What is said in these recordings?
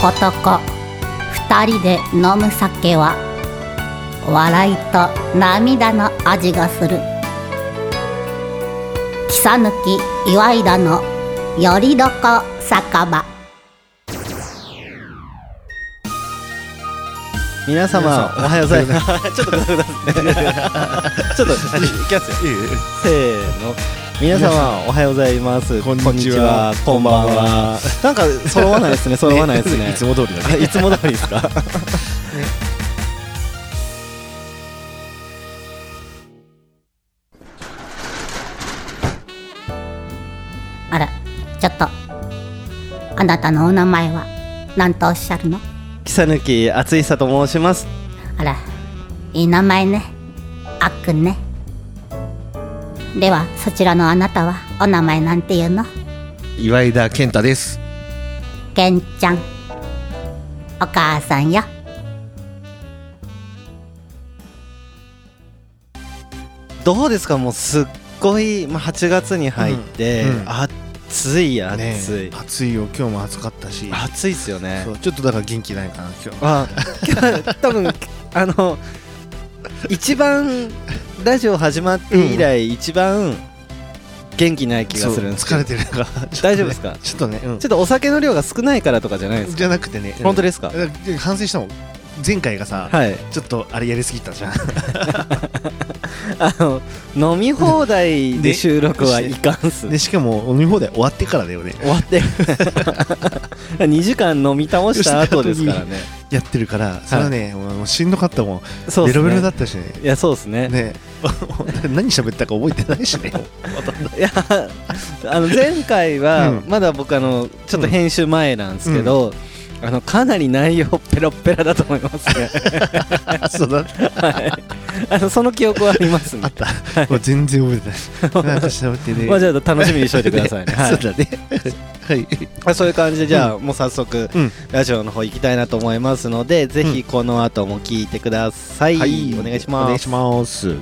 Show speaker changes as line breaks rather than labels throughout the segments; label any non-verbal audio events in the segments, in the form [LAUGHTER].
男二人で飲む酒は笑いと涙の味がする木さぬき岩井田のよりどこ酒場
皆様おはようござい
[LAUGHS]
ます。ちょっとごめんなさい。ちょっといきますよ。せーの。皆様おはようございます。
こんにちは
こんばん
こんばん
は
は。
なんか揃わないですね。揃わないですね。
いつも通り [LAUGHS] だね。
[LAUGHS] あいつも通りです
[LAUGHS]
か。
あらちょっとあなたのお名前は何とおっしゃるの
木さぬきあついさと申します。
あらいい名前ねあっくんねではそちらのあなたはお名前なんていうの
岩井田健太です。
けんちゃんお母さんよ
どうですかもうすっごいまあ8月に入って
うんうん
暑い暑
ねえ
い
暑いよ。今日も暑かったし。
暑いですよね
そ。うちょっとだから元気ないかな今日。
あ [LAUGHS] 多分あの一番ラジオ始まって以来一番元気ない気がするんですけ
そう疲
ど
れてるから。
大丈夫ですか
ちょっとね。うん
ちょっとお酒の量が少ないからとかじゃないんですか
じゃなくてね。うん
本当ですか
だから反省したもん。前回がさ、
はい
ちょっとあれやりすぎたじゃん。
あの飲み放題で収録はいかんっす
でしかも飲み放題終わってからだよね。
終わって [LAUGHS] 2時間飲み倒した後ですからね
やってるから、それはね、もうしんどかったもん。
そう
ベ
っす
ロベロだ
ね
ったしね。
いやそうですね
ねえ何喋ったか覚えてないしね。
いや [LAUGHS] あの前回は
うん
まだ僕あのちょっと編集前なんですけど、あのかなり内容ペラッペラだと思います
[LAUGHS]
ね
そうだ。
あのその記憶はあります
あ
ね
った。もう全然覚えてない。なんか喋ってね。
まあじゃあ楽しみにしておいてくださいねはい
[LAUGHS] そうだね。はい。
まあそういう感じでじゃあ、もう早速
うん。
ラジオの方行きたいなと思いますので、ぜひこの後も聞いてください、お願いします
お願いします。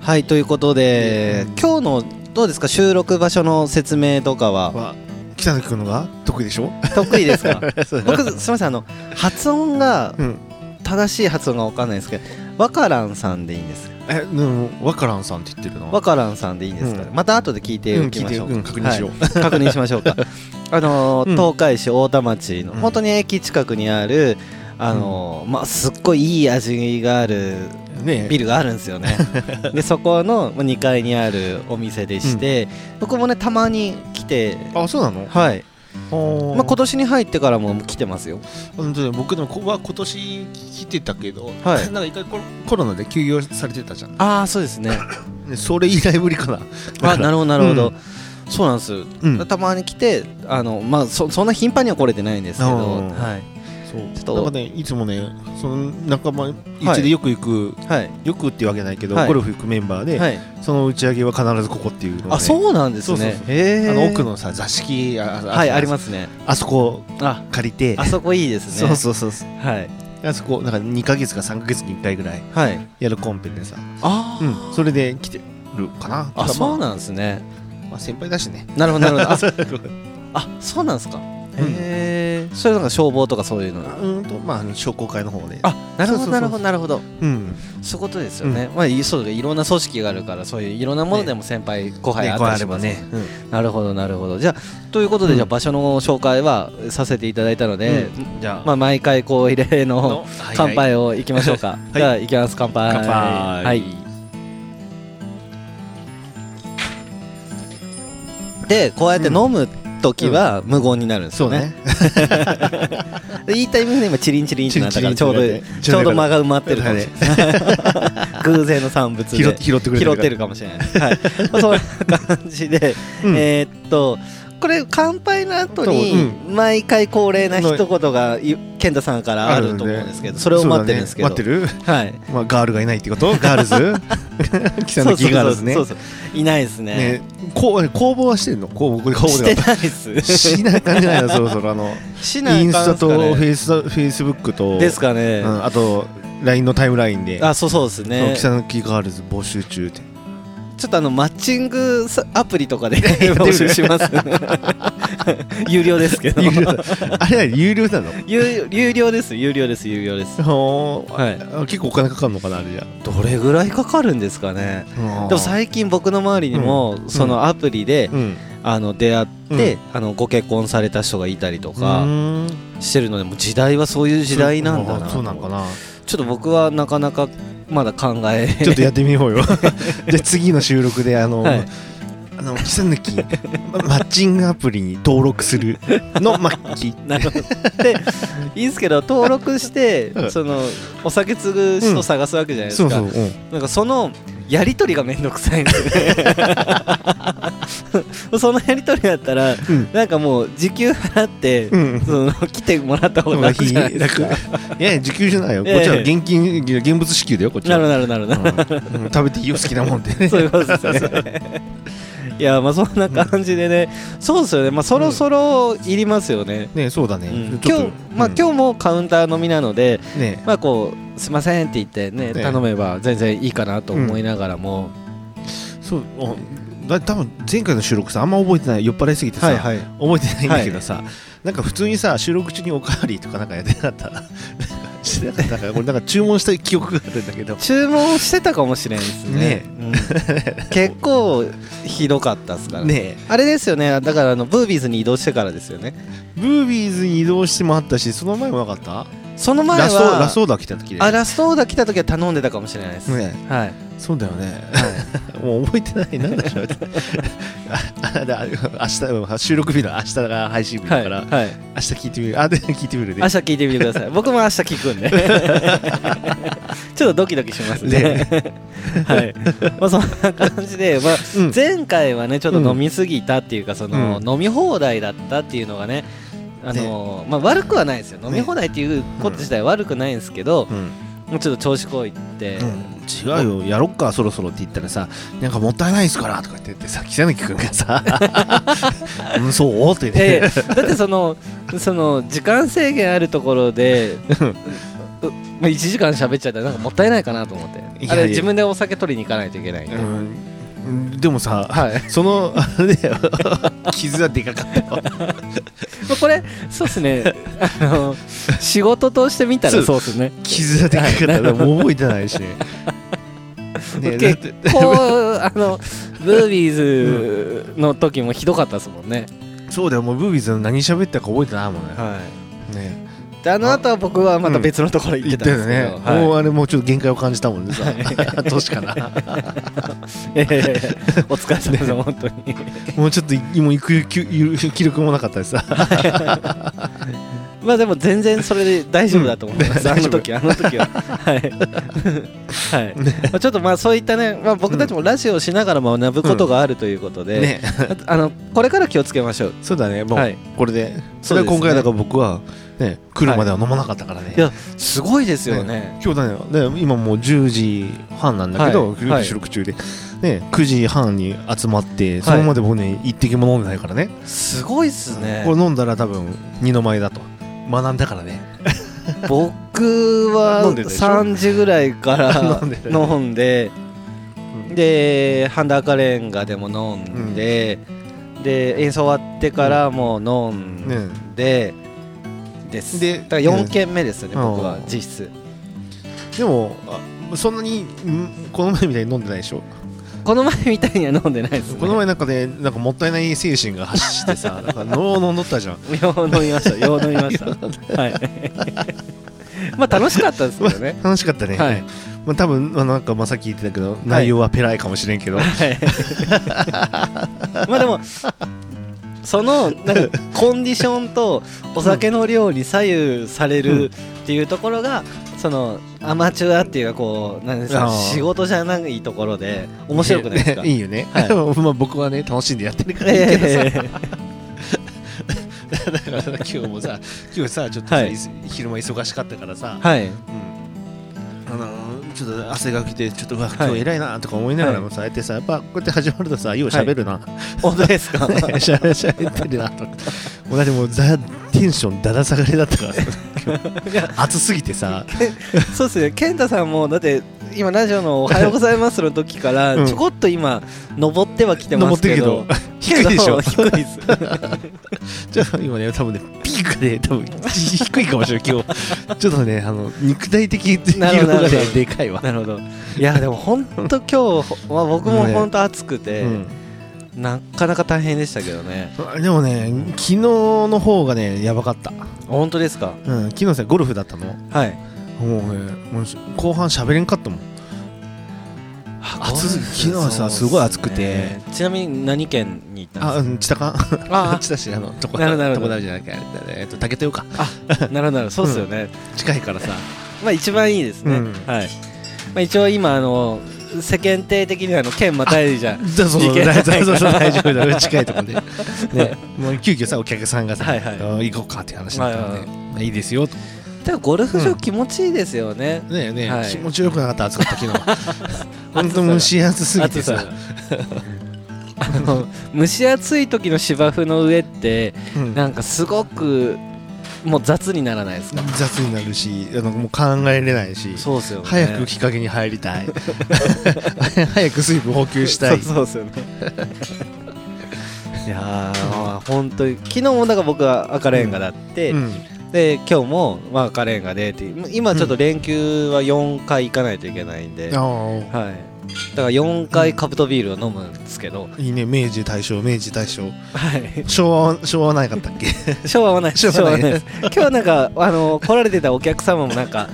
はいということで、今日のどうですか収録場所の説明とか
[LAUGHS]
は
は、北野君のが得意で
[LAUGHS]
しょ
得意ですか
そうだ
僕すみませんあの発音が
うん。
正しい発音が分かんないですけどわからんさんでいいんです
え、でも、わからんさんって言ってるな。
わからんさんでいいんですから、
うん
また後で聞いて
う
お
ん聞
き
い
ま
て
し
よ
ょう、
うん、確認しよう。
はい [LAUGHS] 確認しましょう
[LAUGHS]
かあのー
うん
東海市大田町の、
うん
本当に駅近くにあるあのーまあすっごいいい味がある
ねえ
ビルがあるんですよ [LAUGHS] ねでそこのまあ2階にあるお店でして、僕もねたまに来て
あ、そうなの
はい、
おー
まあ、今年に入ってからも来てますよ
本当に僕でもこは今年来てたけど、
はい
なんか一回コロコロナで休業されてたじゃん。
ああそうですね [LAUGHS]
ねそれ以来ぶりかな。
あなるほどなるほど、
う
そうなんです
うん。
たまに来てあの、まあ、そそんな頻繁には来れてないんですけど、
うん
はい
そう。
ちょっと
なんかね、いつもね、その仲間、う
はい
ちでよく行く、
はい
よくっていうわけないけど、
はい
ゴルフ行くメンバーで、
はい、
その打ち上げは必ずここっていうのをね
あそうなんですね
そうそうそう
へー
あの奥のさ座敷あ
はいありますすね
あそこ
あ
借りて
あそこいいですね
そうそうそうそう
はい
あそこなんか2か月か3か月に1回ぐらい
はい
やるコンペでさ、
あ
う
ー、
ん、それで来てるかな
あそう
の、
なんですね
まあ、先輩だしね [LAUGHS]
なるほどなるほどあ
そう
あそうなんですか、へえそれなんか消防とかそういうの
うんとまああの商工会の方で
あなるほ
そうそうそう
ど
そう
なるほどなるほど
うん
そういうことですよね、まあいいそうだいろんな組織があるからそういういろんなものでも先輩、後輩
で
あっ
こう
たり
あ
し
れば
ます
ね、うん
なるほどなるほどじゃあということで、
うん
じゃあ場所の紹介はさせていただいたので、
じゃあ、
まあ、毎回こう異例の
のはいはい
乾杯をいきましょうか、
い
じゃあいきます乾杯
乾杯
はいでこうやって飲む時は無言になるんです
そ
よ
うね
ね,、でいいタイミングで今チリンチリンってなったからちょうど
チリンチリンってなって
ちょうど間が埋まってるかもしれない [LAUGHS] 偶然の産物で
拾って拾ってくれ
拾
る
ってるかもしれないです、はいまあ、そんな感じで、
うん
えーっとこれ乾杯の後に
そ
毎回恒例な一言がい健太さんからあると思うんですけどそれを待ってるんですけど、
そうだね待って
はい
る、まあ、ガールがいないってことガー
[LAUGHS]
ルズ [LAUGHS] キサのキガールズね
そうそうそうそういないですね
ね、こう工房はしてんの工房工
[LAUGHS]
房
して
で
ないです
はしない感じ
[LAUGHS]
ないなそろそろあの
しない
インスタとフ
感
ェイスフェイスブックと
ですかね、
うん、あと LINE のタイムラインで「
あそうそうです
その
ね
キサヌキガールズ募集中」って [LAUGHS]
ちょっとあのマッチングさアプリとか [LAUGHS] で
る
募集します [LAUGHS] 有料ですけど
有料だあれは有料な
[LAUGHS]
の
有有料です有料です有料です
ほー
はい
あ結構お金かかるのかなあれじゃ
どれぐらいかかるんですかねでも最近僕の周りにも、そのアプリで、
うん
あの出会って、あのご結婚された人がいたりと
う
か
ーん
してるのでもう時代はそういう時代なんだな
あそうなの
[LAUGHS]
かな
ちょっと僕はなかなかまだ考え
ちょっとやってみようよ [LAUGHS] じゃあ次の収録であの、
はい
あのキサヌキマッチングアプリに登録するのマッキ
なるほど [LAUGHS] でいいですけど登録して
うん
そのお酒継ぐ人探すわけじゃないです
そう
か、
そう、うん、
なんかそのやり取りがめんどくさいん [LAUGHS] ですよねそのやり取りだったら、
ん
なんかもう時給払って、
うん
その来てもらった方が楽じゃないですか
いやいや時給じゃないよ、
ええ
こっちは現金現物支給だよこっち
な
は
るなるなるなる、
うんうん食べていいよ好きなもんでね
そういうことですよねいやまあそんな感じでね、そうですよねまあそろそろいりますよね、
ねそうだね、
うん
ちょっ
今
と
日まあ
うん
今日もカウンター飲みなので、
ね
まあこうすいませんって言ってね
ええ
頼めば全然いいかなと思いながらも、
そうあだ多分前回の収録さあんま覚えてない酔っ払いすぎてさ、
はい
覚えてないんだけどさ、なんか普通にさ収録中におかわりとかなんかやってなかったしてなかったから俺なんか注文した記憶があるんだけど
注文してたかもしれんですね
ね
うん結構ひどかったですからね
ね
あれですよねだからあのブービーズに移動してからですよね
ブービーズに移動してもあったしその前もなかった
その前は
ラストラストオーダー来た時
あ
だよ
ラストオーダー来た時は頼んでたかもしれないです、
ね
はい
そうだよね [LAUGHS] もう覚えてないなんだろうああだ明日収録日の明日が配信日だから、
はいはい
明日聞いてみるあで聞いてみるね
明日聞いてみて
[LAUGHS]
ください僕も明日聞くんでちょっとドキドキしますねはいまあそんな感じで、まあ、
うん
前回はねちょっと飲みすぎたっていうかその、
う
飲み放題だったっていうのがねあのまあ、悪くはないですよ飲み放題っていうこと自体悪くないんですけど、
うん
もうちょっと調子こいって、
うん、違うよやろっかそろそろって言ったらさなんかもったいないですからとかって言ってさ木崎君がさ「うんそう?」って言っ
え
て、
えだってそのその時間制限あるところでうまあ1時間喋っちゃったらなんかもったいないかなと思って
い
あ
やいや
れ自分でお酒取りに行かないといけないんで、
うん、でもさ、
はい
そのあれだよ傷はでかかったよ
まあこれそうですねあの仕事として見たらそうですね
傷はでかかったよもう覚えてないしねねだっ
[LAUGHS] 結
て
構あのブービーズの時もひどかったですもんね、
そうだよもうブービーズの何喋ったか覚えてないもんね
は
ね
い、であの後は僕はまた別のところ行っ
言
て
った
ん
た
で
よ
すけ
ね、
ど、
も
は [LAUGHS]、
うあれもうちょっと限界を感じたもんねさ、 [LAUGHS] 年かない
いやいやいやお疲れ様です、本当に
もうちょっといもう行く気気力もなかったしさ
[LAUGHS] まあでも全然それで大丈夫だと思います、
うん
あの時あの時ははい、はい [LAUGHS] まあ、ちょっとまあそういったね、まあ、僕たちもラジオをしながらも学ぶことがあるということで、
ね
あのこれから気をつけましょう
そうだねもう、
はい
これで
そ
そうれ
ですね
は今回だから僕はね来るまでは飲まなかったからね、
いやすごいですよね
今日だねね今もう10時半なんだけど、
はいはい
収録中で、ね、9時半に集まってそのまで僕ね一滴も飲んでないからね、
すごいっすね
これ飲んだら多分二の舞だと学んだからね
僕は
飲んでたでしょ
3時ぐらいから
[LAUGHS] 飲んでたよ
飲んででハンダカレンガでも飲んで、で演奏終わってからもう飲んで、
ね
です
で
だから4軒目ですよね、
うん
僕は実質
でもあそんなにんこの前みたいに飲んでないでしょ
この前みたいには飲んでないですね
この前なんかねなんかもったいない精神が発して
[LAUGHS]
さなんかのう飲んどったじゃん
よう飲みましたよう飲みま
[LAUGHS]
したはい [LAUGHS] まあ楽しかったですけどね
楽しかったね、
はい
まあ、多分あのなんかまあさっき言ってたけど内容はペライかもしれんけど、
はい [LAUGHS] まあでもそのなんかコンディションとお酒の量に左右されるっていうところがそのアマチュアっていうかこうなんですか
あー
仕事じゃないところで面白くないですか
いいよね、
はい
で [LAUGHS] もまあ僕はね楽しんでやってるからいいけどさ、
ええ
だから今日もさ今日さちょっとさ、
はい
い昼間忙しかったからさ、 [LAUGHS]
はい
うんあのーちょっと汗がきてちょっとうわ
はい
今日偉いなとか思いながらもさ、あえてさやっぱこうやって始まるとさよう喋るな、
本当ですか
ねしゃしゃべってるなとかもうだってもうザテンションだだ下 [LAUGHS] がりだったからさ今日暑すぎてさ
そうですね健太さんもだって今ラジオの「おはようございます」の時か
う
ら
ん
ちょこっと今登ってはきてますけど
登低いでしょ
[LAUGHS] けど低いです
じゃあ今ね多分ねピークがね多分低いかもしれない今日ちょっとねあの肉体的疲
なるほ
労
ど
が
なる
ね
ほど
でかいわ、
なるほどいやでも本当今日は僕も本当暑くて、
うん
なかなか大変でしたけどね
でもね昨日の方がねやばかった、
本当ですか
うん、昨日さゴルフだったのも
はいう
ねもう後半喋れんかったもん暑い昨日はさすごい暑くて
ちなみに何県に行ったん
あう
です
ん知ったか [LAUGHS]
あ
知ったしあのとこ
なるほどなる
と
ほ
こ
ど
だじゃなきゃえっと竹豊か
かなるほどなるほどそうですよね、
近いからさ
まあ一番いいですね、
うん
はい、まあ、一応今あの世間体的にはあの県またいじゃん
そう [LAUGHS] そう
いけない
大丈夫大丈夫だよ近いとこ
[LAUGHS]
ろで、ね、もう急遽さお客さんがさ、
はいはい
あの行こうかっていう話になったので、
はい
まあいいですよと
[LAUGHS] でもゴルフ
う
場
ん
気持ちいいですよね、
ねえねえ、
はい
気持ちよくなかった暑かった
[LAUGHS]
昨日本当蒸し暑すぎて
暑さ
さ
があの蒸し暑い時の芝生の上って
うん
なんかすごくもう雑にならないですか、
雑になるしあのもう考えれないし
そうですよね
早く日陰に入りたい [LAUGHS] 早く水分補給したい
そうそうですよね [LAUGHS] いやーまあ本当に昨日もだから僕は赤レンガだって、
うん
で今日もまあ赤レンガでっていう今ちょっと連休は4回行かないといけないんで、
あ
はい
あ
だから4回カブトビールを飲むんですけど、
いいね明治大正明治大正
[LAUGHS] はい
昭和は昭和はないかったっけ [LAUGHS]
昭和はない
昭和はない
です今日なんかあの来られてたお客様もなんか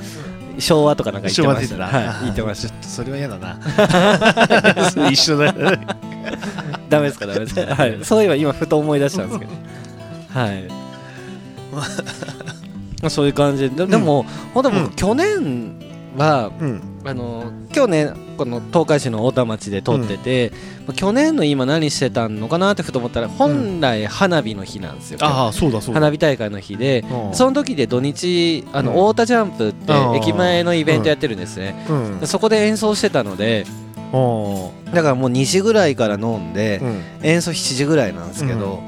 昭和とかなんか言ってましたね
昭和出てた
はい、言ってました
ちょっとそれは嫌だな
[LAUGHS]
それ一緒だよね
ダメですかダメです
[LAUGHS]
か、はい、そういえば今ふと思い出したんですけどはいまあそういう感じでででも、本当
うん
僕去年は
うん
あの今日ねこの東海市の太田町で撮ってて、まあ去年の今何してたのかなってふと思ったら本来花火の日なんですよ、
ああそうだそうだ
花火大会の日で
うん
その時で土日あの、
うん
太田ジャンプって
あー
駅前のイベントやってるんですね、
うん
でそこで演奏してたので
お
だからもう2時ぐらいから飲んで、
うん
演奏7時ぐらいなんですけど、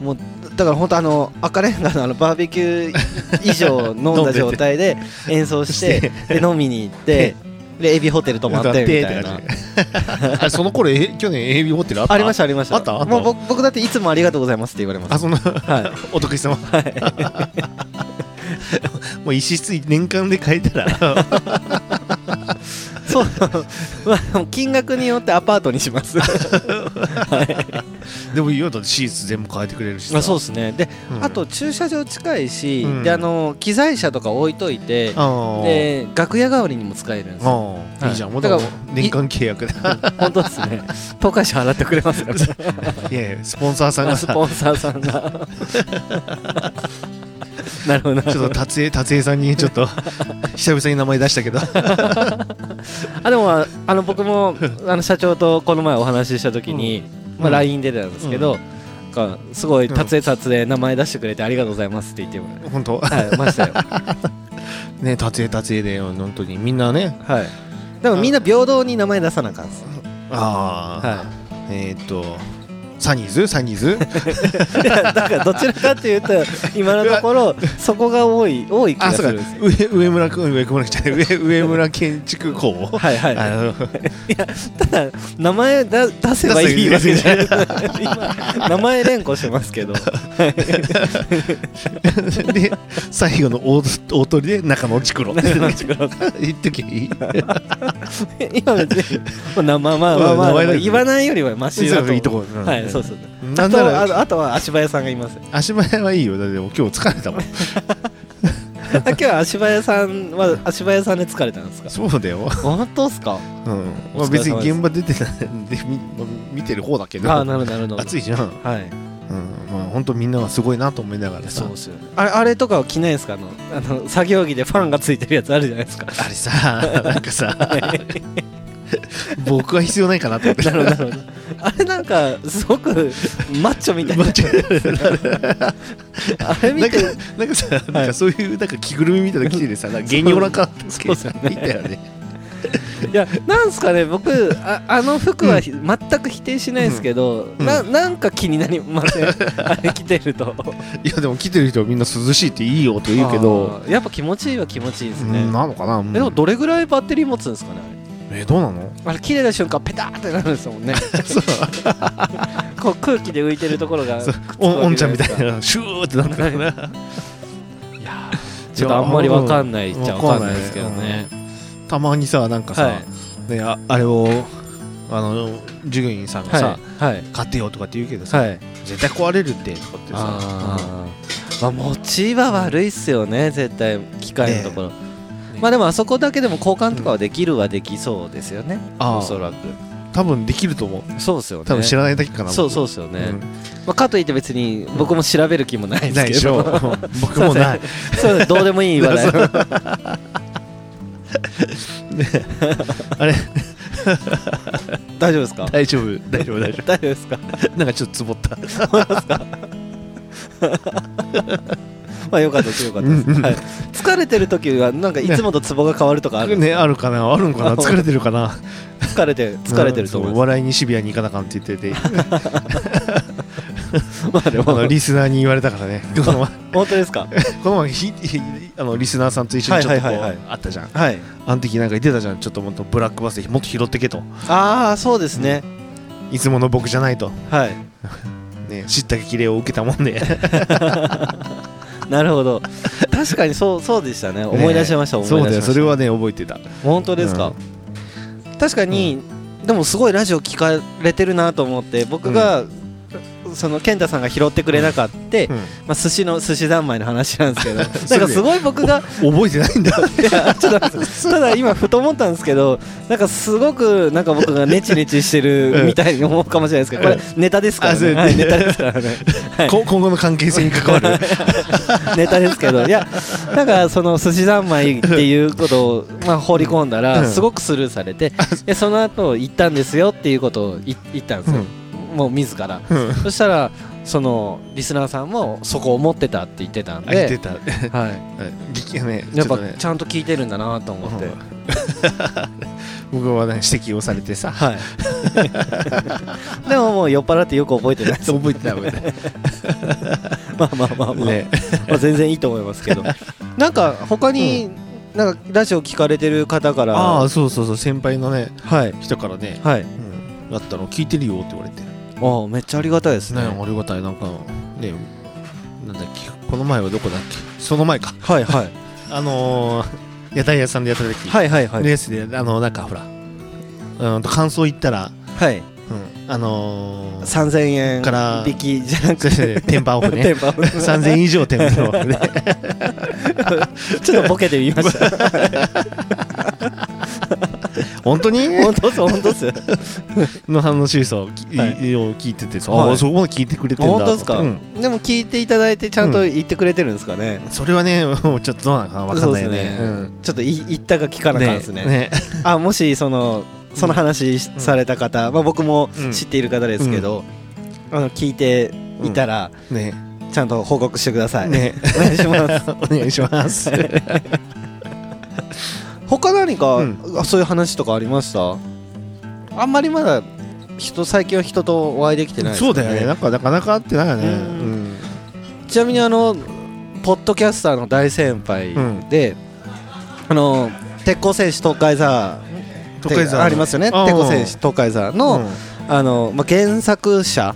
もうだから本当あの赤レンガのあのバーベキュー以上飲んだ状態で演奏してで飲みに行 [LAUGHS] ってでエビホテル泊まってみた [LAUGHS] いな
だって [LAUGHS] あれその頃え去年 AB ホテルあった
ありましたたありました
あったあった
もう僕僕だっていつもありがとうございますって言われま
あ
す
その [LAUGHS]
はい
お得意様 [LAUGHS] もう一室年間で変えたら [LAUGHS]
そうまあ金額によってアパートにします
でもいいよだってシーツ全部変えてくれるしさ
あ [LAUGHS] そうですねで、
うん
あと駐車場近いし、
うん
であの機材車とか置いといて
あー
で楽屋代わりにも使えるんですよ
あーいいじゃんもうだから
だから
年間契約だ
[LAUGHS] 本当ですね東海市払ってくれますから
いやいやスポンサーさんが
あス
さ
ポンサーさんが [LAUGHS] なるほどなる
ち
ほ
ょっと
ど
達江達江さんにちょっと久々に名前出したけど
あでもああの僕もあの社長とこの前お話しした時に、ま
う
あ、
ん
LINE で出たんですけど、なんかすごい
うん
達え達え名前出してくれてありがとうございますって言ってもら [LAUGHS]
本当
はいましたよ
ね達江達江で本当にみんなね
はいでもみんな平等に名前出さなあかんっす
あ
は
あえーっとサニーズサニ
[LAUGHS]
ーズ
い、いや [LAUGHS] だからどちらかっていうと今のところそこが多い多い気が
あ
す
そうか
るんですよ
[LAUGHS] 上上村君上村君じゃない上上村建築工房
はいはい
あの
ただ名前だ出せばいいわけじゃない今名前連呼しますけど
[LAUGHS] で最後の大大鳥で中野チクロ [LAUGHS]
中野チクロ
言っときゃいい
今別にまあまあまあまあまあ、
名前だけど
言わないよりはマシだと思う
いいとこうん
はいそうそう
な
あ
んな
とあ
ら
とあとは足早さんがいます
足早はいいよだってもう今日疲れたもん
あ今日は足早さんは足早さんで疲れたんですか
そうだよ、
本当っすか
うんま
お
あ、
疲れ様です
別に現場出てないんでみまあ見てる方だけど
ああなるほどなるほど
暑いじゃん、
はい
うんまあ本当みんなはすごいなと思いながらさ
そうっすよねあれあれとかは着ないですかあのあの作業着でファンがついてるやつあるじゃないですか
あれさなんかさ僕は必要ないかなと思っ
[LAUGHS]
て
なるほどな
[LAUGHS]
るほどあれなんかすごくマッチョみたいなあれ見
なんか
て
なんかさ、なんかそういうなんか着ぐるみみたいなの着ててさ、なんか芸人おらんかったっけ
そうそうそう
いたよね。
いやなんすかね僕あ [LAUGHS] あの服はひ、全く否定しないですけど、
うん
ななんか気になりません [LAUGHS] あれ着てると
いやでも着てる人はみんな涼しいっていいよと言うけど、
あーやっぱ気持ちいいは気持ちいいです
う
ね、
んなのかな。うん
えでもどれぐらいバッテリー持つんですかねあれ
えどうなの
あれ切れた瞬間ペターってなるんですもんね
そう
[LAUGHS] こう空気で浮いてるところが
そう
くっつく
お
わけ
おんちゃんみた
じゃ
いなシューってなんだろうな
ないですかいやーちょっとあんまりわかんないっちゃ
わ
わ
か
か
ん
ん
な
ないいですけどね
たまにさなんかさ、
は
ね、ああれをあの従業員さんがさ、
はいはい
買ってよとかって言うけどさ、
はい
絶対壊れるってとかってさ
あーまあ持ちは悪いっすよね絶対機械のところ、まあでもあそこだけでも交換とかはできるはできそうですよね、
あ
おそ
ー
らく
多分できると思う
そうですよね
多分知らないだけかな
そうそううですよね、まあ、かといって別に僕も調べる気もない
ん
で
な
す
い
け
でし
ど、
ょ僕もない
[LAUGHS] そうどうでもいい話題 [LAUGHS]
あれ
大丈夫ですか
[LAUGHS] 大丈夫大丈夫大丈
大丈夫ですか
夫 [LAUGHS] なんかちょっとつぼった
まあよかったですよかったです、はい、疲れてる時はなんかいつもとツボが変わるとかある、
ねあるかなあるの
[LAUGHS]
かな疲れてるかな
疲れて疲れてると思
う
い
んそう
ま
笑いにシビアに行かなあかんって言っててあ
[LAUGHS] すまあでも
のリスナーに言われたか
[LAUGHS]
らねこの前
本当ですか
この前ひひあのリスナーさんと一緒にちょっとこう
はいはいはい
あったじゃん
[LAUGHS] はい
あの時なんか言ってたじゃんちょっともっとブラックバスでもっと拾ってけと
ああそうですね、
いつもの僕じゃないと
はい
ね知った激励を受けたもんで
なるほど確かにそう [LAUGHS] そうでしたね [LAUGHS] 思い出しました、
ね
思い
そうだ
出し
よ
ました
それはね覚えてた
本当ですか、確かに、でもすごいラジオ聞かれてるなと思って僕が、その健太さんが拾ってくれなかった、
うん
まあ、寿司の寿司三昧の話なんですけどなん
[LAUGHS] それ
かすごい僕
[LAUGHS]
が
覚えてないんだ
いやちょっと待ってただ今ふと思ったんですけどなんかすごくなんか僕がネチネチしてるみたいに思うかもしれないですけどこれネタですから
あそう
ね、はいネタですからね [LAUGHS] はい
こ今後の関係性に
[LAUGHS]
関わる
ネタですけどいやなんかその寿司三昧っていうことをまあ放り込んだ
う
ら
ん
すごくスルーされてでその後行ったんですよっていうことをい言ったんですよ、もう自ら
うん
そしたらそのリスナーさんもそこを思ってたって言ってたん
あ言って
で、
た [LAUGHS]
は
激ね
い、やっ
ちょ
ぱ
とね
ちゃんと聞いてるんだなと思って、
うん [LAUGHS] 僕はね指摘をされてさ
はいでももう酔っ払ってよく覚えてないです
覚えてた覚えて
[LAUGHS] まあまあまあ
た
まあ、
ね
まあ全然いいと思いますけど [LAUGHS] なんか他に、なんかラジオ聞かれてる方から
[LAUGHS] あ
は
あそうそうそう先輩のね
い
人からね
はい
だったの聞いてるよって言われてね
ああめっちゃありがたいですね
ありがたいなんかねなんだっけこの前はどこだっけその前か
はいはい
あのー屋台屋さんでやった時
はいはいはい
レースであのなんかほらうんと感想言ったら
はい
あのー
3000円
から
引きじゃなくて
テンパオフ
[LAUGHS]
ね
テンパ
3000円以上テンパオフね
ちょっとボケてみました
[LAUGHS] 本当に
本当っす本当っす
の話そうき
はい
いを聞いててさ
はい
あそこまで聞いてくれてんだ
本当っすか、
うん
でも聞いていただいてちゃんと言ってくれてるんですかね、
それはね [LAUGHS] もうちょっとどうなのかな分かんないよね
そうです
う
ね
ん
ちょっとい言ったか聞かなかんですね
ね
あもしそのその話し
うん
された方、まあ、僕も
うん
知っている方ですけど、あの聞いていたら、
[LAUGHS] ね
ちゃんと報告してください、
ね
お願いします
お願いします
他何か、
うん
あそういう話とかありましたあんまりまだ人最近は人とお会いできて [LAUGHS] ないです
そうだよねなんかなかなか会ってないよね
うんちなみにあのポッドキャスターの大先輩で、あの鉄鋼戦士東海座
都会
ってありますよね鉄鋼戦士東海座の,、あのまあ、原作者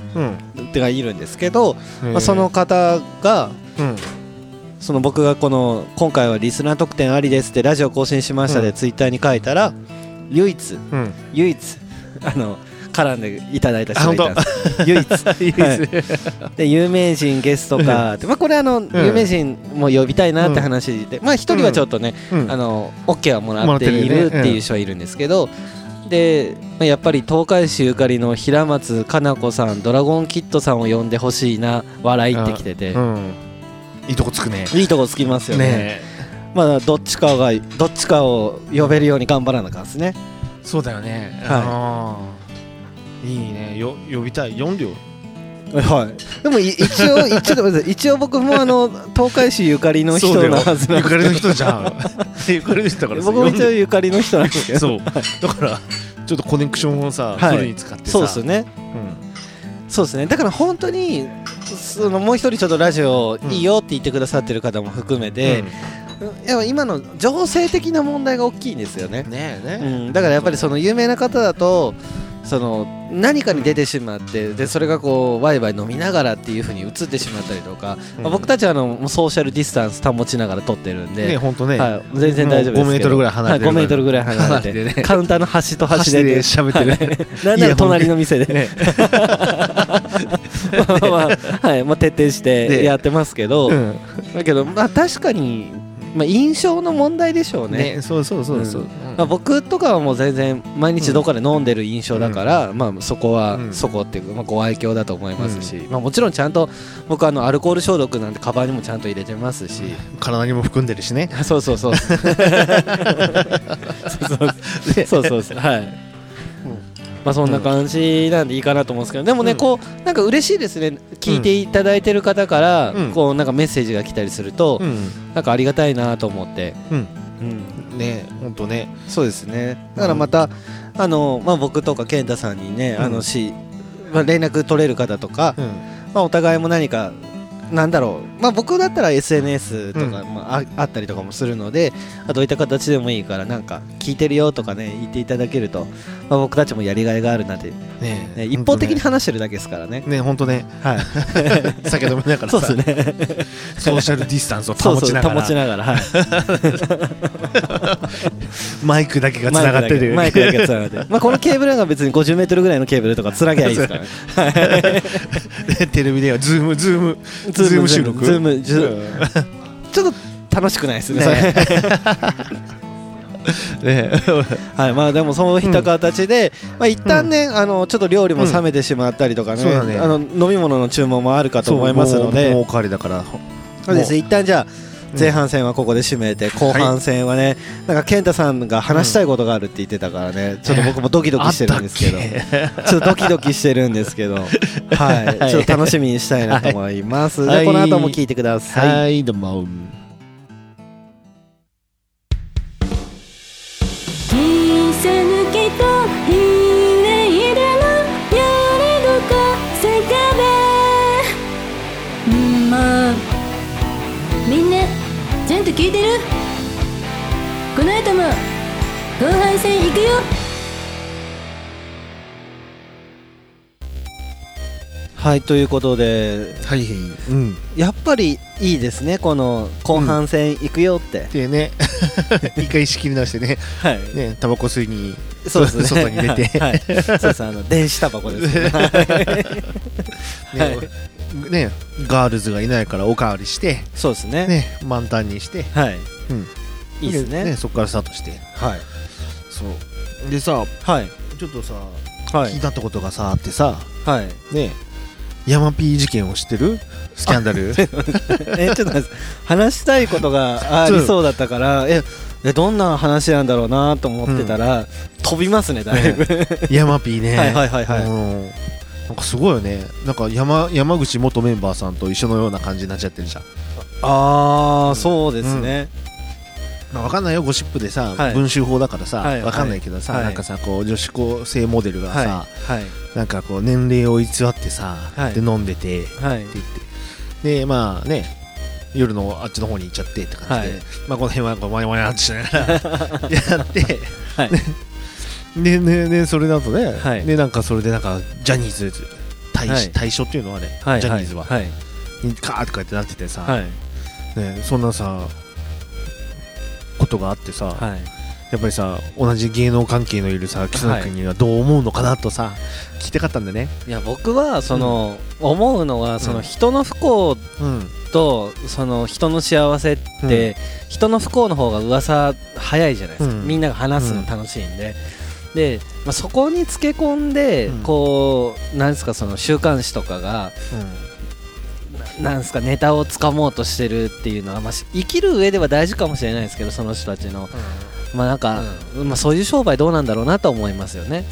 ってがいるんですけど、まあ、その方が
うん
その僕がこの「今回はリスナー特典ありです」ってラジオ更新しました
う
で
ん
ツイッターに書いたら唯一
[LAUGHS] うん
唯一あの絡んでいただいた人がいたんです唯一
[LAUGHS]
で有名人ゲストかってまあこれあの有名人も呼びたいなって話でまあ一人はちょっとね
うん
あの OK はもらってい
もら
る
っ
って
るね
ていう人はいるんですけどでまあやっぱり東海市ゆかりの平松かな子さんドラゴンキッドさんを呼んでほしいな笑いってきてて
うんいいとこつくね
いいとこつきますよね
ね
まあどっちかがどっちかを呼べるように頑張らなあかんですね
そうだよね
はい
あーいいねよ呼びたい4両
はいでもい一応一応ごめんなさい一応僕もあの東海市ゆかりの人
そうだよ
なはずなん
ゆ
で
かりの人じゃ
[LAUGHS]
んゆかりの人だからさ
僕も一応
呼ん
ゆかりの人なん
[LAUGHS]
ですけ
で
ど
そうだからちょっとコネクションをさ
はい
フルに使ってさ
そうですね
うん
そうですねだから本当にそのもう一人ちょっとラジオ
うん
いいよって言ってくださってる方も含めて、
うん
やっぱ今の情勢的な問題が大きいんですよね、
ね
う
えね
ん、だからやっぱりその有名な方だとその何かに出てしまってでそれがこうワイワイ飲みながらっていう風に映ってしまったりとか、
うん
まあ僕たちはあのもうソーシャルディスタンス保ちながら撮ってるんで、
ね本当ね、
はい、全然大丈夫ですけど
もう5メートルぐらい離れてる
は5メートルぐらい離れて
離れてね
カウンターの端と端で
走りで喋ってる、
なんなら隣の店で、
[LAUGHS] ね
[LAUGHS] まあまあ、はい、まあ、徹底して
ね
やってますけど、
うん
だけど、まあ、確かに、まあ、印象の問題でしょうね。
ねそうそうそうそう、
うん
うん
まあ、僕とかはもう全然毎日どっかで飲んでる印象だから、まあ、そこは、
うん
そこっていうか、まあ、ご愛嬌だと思いますし、まあ、もちろんちゃんと僕あのアルコール消毒なんてカバンにもちゃんと入れてますし、
体にも含んでるしね
あ [LAUGHS] そうそう
[LAUGHS]
そうそうそうそうそうそうはい、まあそんな感じなんでいいかなと思うんですけどでもね、
うん
こうなんか嬉しいですね聞いていただいてる方から、
うん
こうなんかメッセージが来たりすると、
うん
なんかありがたいなと思って、
うん
うん
ね本当ね
そうですねだからまた、あのまあ、僕とか健太さんにね、あ
う
の
ん
しまあ、連絡取れる方とか、
うん
まあ、お互いも何かなんだろう、まあ、僕だったら SNS とか、
うん
まあ、ああったりとかもするのでまあどういった形でもいいからなんか聞いてるよとかね言っていただけると、まあ、僕たちもやりがいがあるなって、ね、
ね
一方的に話してるだけですからね。
ね本当ね
はい、
[LAUGHS] 酒飲みながら
そう
さ
ですね。
ソーシャルディスタンスを
そう
保
そう
ちなが
保
ら
ちながら、はい、
マイクだけ [LAUGHS] がつながってる
マイクだけマイクだけ繋がっ
[LAUGHS]
てる。まあこのケーブルが別に50メートルぐらいのケーブルとかつなげばいいですからね。
で [LAUGHS] テレビではズームズーム
ズーム
[LAUGHS] ズーム収録
ズームズーム
うん
ちょっと楽しくないですね。
ね [LAUGHS] ね
はい、まあでもそういった形で、まあ一旦ね、あのちょっと料理も冷めてしまったりとかね、
そうだね
あの飲み物の注文もあるかと思いますの
そうもうもう
で、
おかわりだから
そうです。一旦じゃあ
うん
前半戦はここで締めて、後半戦はね、なんか健太さんが話したいことがあるって言ってたからね、ちょっと僕もドキドキしてるんですけど、
あったっ
ちょっとドキドキしてるんです
[LAUGHS]
けど、は、
はいい
ちょっと楽しみにしたいなと思います。
はい
でこの後も聞いてくだ
け
さい。
はいどうも
「見せ抜けたひねいでのやりどかせかべ」んーまあみんなちゃんと聞いてるこの後も後半戦行くよ
はい、ということで、
はいうん
やっぱりいいですね、この後半戦行くよって。[LAUGHS]
でね一回仕切り直してね
はい、
ねタバコ吸いに
そうですね。
外に出
[LAUGHS]
て
はい、はいそうですあの電子タバコです、ね。
[LAUGHS] ねねガールズがいないからおかわりして
そうですね。
ね満タンにして
はい、
うん
いいですね
そこからスタートして
はい、
そうでさ
はい、
ちょっとさ
は
気に
い、
なったことがさあってさ
はい。
ねヤマピー事件を知ってるスキャンダル
[LAUGHS] え、ちょっと待って話したいこと
[LAUGHS]
がありそうだったから、え、えどんな話なんだろうなと思ってたら、飛びますね、だいぶ。
[LAUGHS] ヤマピーね
はいはいはいはい
うんなんかすごいよねなんか山山口元メンバーさんと一緒のような感じになっちゃってるじゃん
ああ、そうですね。
まあ、わかんないよゴシップでさ、
はい
文集法だからさ、
はい
わかんないけどさ、
はい
なんかさこう女子高生モデルが
はい、
さ、
はい、
なんかこう年齢を偽ってさ、
はい
で飲んでて、
はい
って、言ってでまあね夜のあっちの方に行っちゃってって感じで、
はい
まあこの辺はこうワニワニワニってしながらやって
はい、
でねねそれだとね、
はい
でなんかそれでなんかジャニーズ対,、
はい
対象っていうのはね、
はい、
ジャニーズは、
はい、
にカーって書いてなっててさ、
はい、
ね、そんなさことがあってさ、
はい。
やっぱりさ同じ芸能関係のいるさ岸田君にはどう思うのかなとさ、聞きたかったんだね
いや、僕は、その、思うのは、その人の不幸
うん
とその人の幸せって、人の不幸の方が噂早いじゃないですか、
うん
みんなが話すの楽しいんで、で、まあ、そこにつけ込んで、
うん
こうなんですかその週刊誌とかがななんですかネタをつかもうとしてるっていうのは、まあ、し生きる上では大事かもしれないですけどその人たちの、まあなんか、まあ、そういう商売どうなんだろうなと思いますよね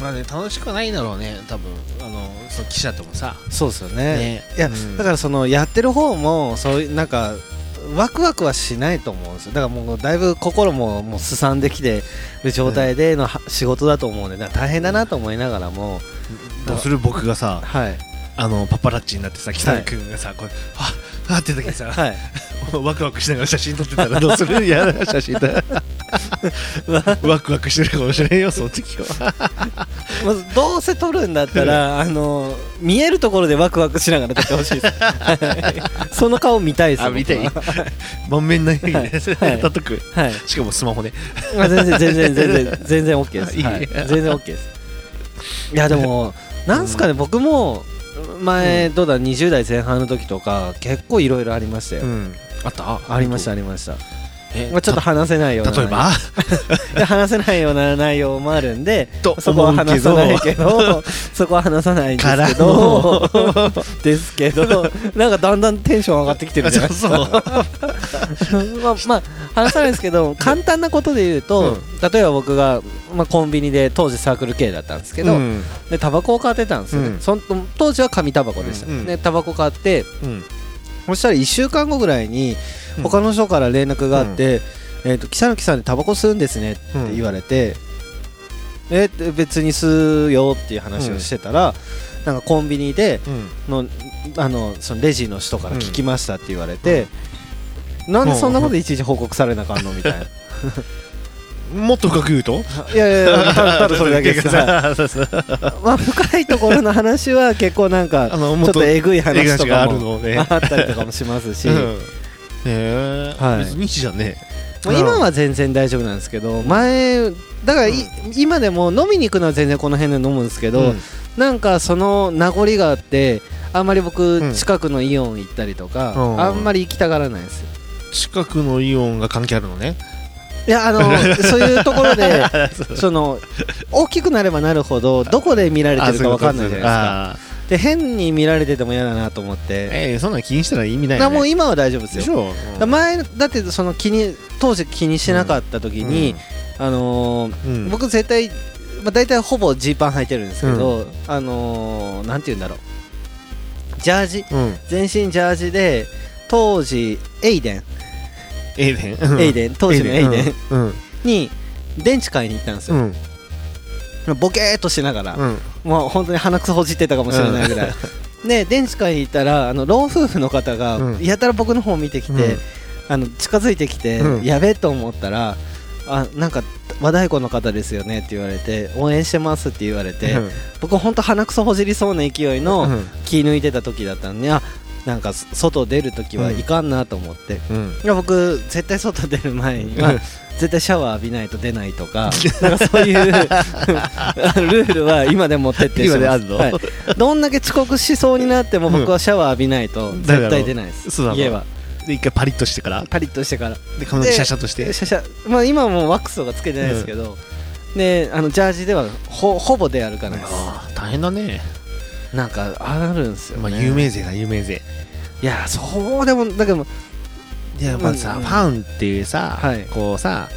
まあね楽しくはないだろうね多分あのその記者ともさ
そうですよ
ね
いや、
うん
だからそのやってる方もそういうなんかワクワクはしないと思うんですよだからもうだいぶ心ももうすさんできてる状態でのは仕事だと思うんでだから大変だなと思いながらも、
どうする僕がさ
はい
あのパパラッチになってさ岸田君がさ、こうはっはって時にさ、 [LAUGHS]
はい
ワクワクしながら写真撮って [LAUGHS] たらどうするいや写真だワクワクしてるかもしれんよその時は [LAUGHS]
まずどうせ撮るんだったらあの見えるところでワクワクしながら撮ってほしい [LAUGHS] ですはいその顔見たいです僕は
[LAUGHS] 満面の笑みで
はいはい
たとく
はい
しかもスマホね
まあ全然全然全然全然 OK です、はいい
い、
全然 OK ですいやでもなんすかね僕も前どうだ20代前半の時とか結構いろいろありましたよ、
んあった
ありましたありました、
え
まあ、ちょっと話せないような
例え [LAUGHS] ば
いや話せないような内容もあるんで
と
そこは
思うけ
話さ
ど
ないけど [LAUGHS] そこは話さないんですけど [LAUGHS] ですけどなんかだんだんテンション上がってきてるじゃない
[LAUGHS]
ですか [LAUGHS] まあ、まあ、話さないですけ
[LAUGHS]
ど簡単なことで言うと、例えば僕が、まあ、コンビニで当時サークル系だったんですけど、
うん
でタバコを買ってたんですよね、
うん
そん当時は紙タバコでした、
うんうん
でタバコ買って
うん
そしたら1週間後ぐらいに
うん
他の人から連絡があって「えーと木更木さんでタバコ吸うんですね」って言われて「えー別に吸うよ」っていう話をしてたら、なんかコンビニで
う
の
ん
あのそのレジの人から聞きましたって言われて、なんでそんなこといちいち報告されなあかんのみたいな。
もっと深く言うと
いやいやいや、ただただそれだけ
[LAUGHS]
です。はいまあ、深いところの話は結構なんか、ち
あの
ょ
も
っ
っと
とえぐい話と
があ
か
る
も
のね
あったりとかもしますし、
うんへえ
はい
別にいいじゃんね
まあ
うん
今は全然大丈夫なんですけど前だからい、今でも飲みに行くのは全然この辺で飲むんですけど、
うん
なんかその名残があってあんまり
う
僕
ん
近くのイオン行ったりとか、
うん
あんまり行きたがらないですよ
近くのイオンが関係あるのね
いやあ
[LAUGHS]
のそういうところでその大きくなればなるほどどこで見られてるか分かんないじゃないですか
あそういうことそう
で
いうことあー
変に見られてても嫌だなと思って、
えーそんなの気にしたら意味
だ
ない
か
よ
らもう
ね
今は大丈夫です
で
よ
し
だ
ょ
から前だってその気に当時気にしてなかった時に、あのー
うん
僕絶対、まあ、大体ほぼジーパン履いてるんですけど、あのーなんて言うんだろうジャージ
うん
全身ジャージで当時エイデン、
エイデン
エイデン当時のエイデン
うんうん
に電池買いに行ったんです
う
よ、
ん
ボケーっとしながら、
うん
もう本当に鼻くそほじってたかもしれないぐらい、 [LAUGHS] で電池買いに行ったらあの老夫婦の方が
うん
やたら僕の方を見てきて、
うん
あの近づいてきて、
うん
やべえと思ったらあなんか和太鼓の方ですよねって言われて応援してますって言われて、
うん
僕ほんと鼻くそほじりそうな勢いの気抜いてた時だったんであなんかそ外出る時はいかんなと思って、
うん
いや僕絶対外出る前には絶対シャワー浴びないと出ないと
[LAUGHS]
かなんかそういうあのルールは今でも徹底してます
今であんの
はいどんだけ遅刻しそうになっても僕はシャワー浴びないと
ん
絶対出ないです、
そうだろう
家は
で一回パリッとしてから
パリッとしてから
で髪の毛シャシャとして
でシャシャ、まあ、今はもうワックスとかつけてないですけど、であのジャージではほほぼ出歩かないです
あー大変だね
なんかあるんですよ、ね
まあ有名勢だ有名勢
いやそうでもだけど
いやまあさ
うん
ファンっていうさ
はい
こうさ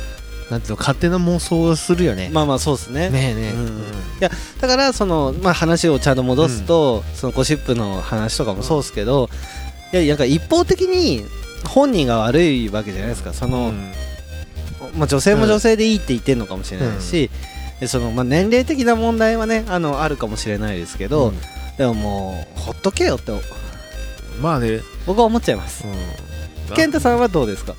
なんていうの勝手な妄想をするよね
まあまあそうですね
ねえねえ
う
うんん
だからその、まあ、話をちゃんと戻すと、そのゴシップの話とかもそうですけど、いやなんか一方的に本人が悪いわけじゃないですかその、
うん
まあ、女性も女性でいいって言ってるのかもしれないし、でそのまあ、年齢的な問題はねあのあるかもしれないですけど、
うん
でももうほっとけよって
まあね
僕は思っちゃいます
うん
健太さんはどうですか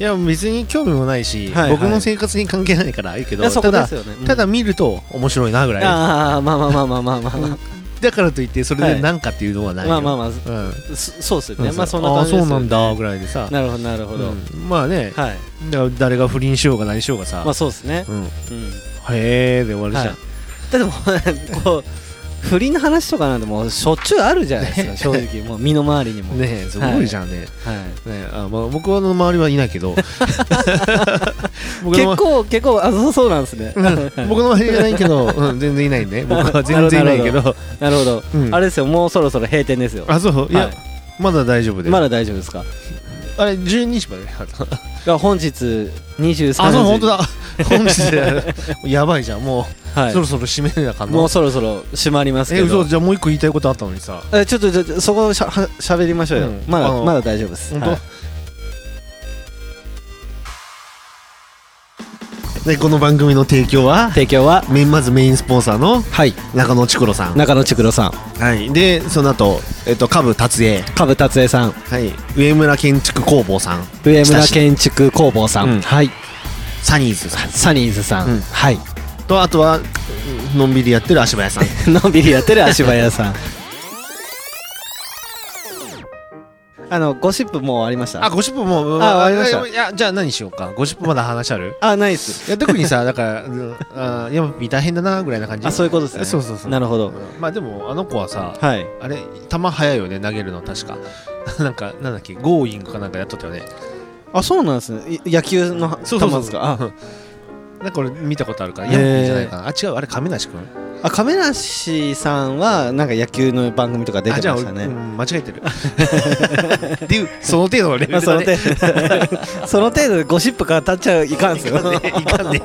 いや別に興味もないし、
はいはい
僕の生活に関係ないからいいけ
い
ど
やそこ
た
で
だ
すよね
ただ見ると面白いなぐ
う
ら
ん
い、
ああまあまあまあまあまあまあま
だからといってそれで何かっていうのは
あ
ないよ、
まあまあま
うん
あそそうですよね
う
まあそんな感じ
あ
です
そ
よ
う
ね
なんだぐらいでさ
なるほどなるほど、
うんまあね、
はい
だから誰が不倫しようが何しようがさ、
まあそうですね
うん、へ
うん
えで終わるじゃん、
はいだってもうこう不倫の話とかなんてもうしょっちゅうあるじゃないですか正直
[LAUGHS]
もう身の回りにも、
ねえすごいじゃんね,、
は
ねあまあ、僕の周りはいな
[LAUGHS]
いけど
い、
僕の
結構結構あそうそうなんですね、
うん僕の周りはいないけど、うん、全然いな
[LAUGHS]
いね僕は全然いないけど
なるほど、
うん
あれですよもうそろそろ閉店ですよ
あそういや、
は
まだ大丈夫です、
まだ大丈夫ですか
あれ12時まであった
が本日23時
あ、そう、本当だ。 [LAUGHS] 本日で、
[LAUGHS]
やばいじゃん、も
は
う、
い
そろそろ締めなあかん
も
の
う。そろそろ閉まります
え、
け
嘘、
ど
じゃあもう一個言いたいことあったのにさ。
えちょっとじゃあじゃあそこしゃはしゃべりましょうよ、
うん
ま
あ
だ
の
まだ大丈夫です
本当
はい
でこの番組の提供は
提供は
メインまずメインスポンサーの
はい
中野千黒さん、
中野千黒さん
はい、でその後、えっと下部達也、
株達江さん
はい、上村建築工房さん
上村
親しい
建築工房さん、
うん
はい
サニーズさ
サニーズさん、
うん
はい
んとあとはうんのんびりやってる足早さん
[LAUGHS] のんびりやってる足早さんあのゴシップもう終わりました
あゴシップもう
あ終わりました
いやじゃあ何しようかゴシップまだ話ある
あないっす
いや特にさだ [LAUGHS] からうんあーやっぱ大変だなぐらいな感じ
あそういうことですね
そうそうそう
なるほど
うんまあでもあの子はさ
はい
あれ球早いよね投げるの確か [LAUGHS] なんかなんだっけゴーイングかなんかやっとったよね
あそうなんですねい野球の球ですかあ
なんか俺見たことあるから、
へー
ヤンキーじゃないかな。あ、違う、あれ亀梨君。
あ亀梨さんはなんか野球の番組とか出
あ、
て
じゃ
ま
あ
した
俺、う
ね
ん間違えてる。 [LAUGHS] っていう、その程度の
[LAUGHS]
レベ
まあ
ル
その
だ
程
ね。 [LAUGHS]
度その程度でゴシップから立っちゃいかんすよ
いかんね。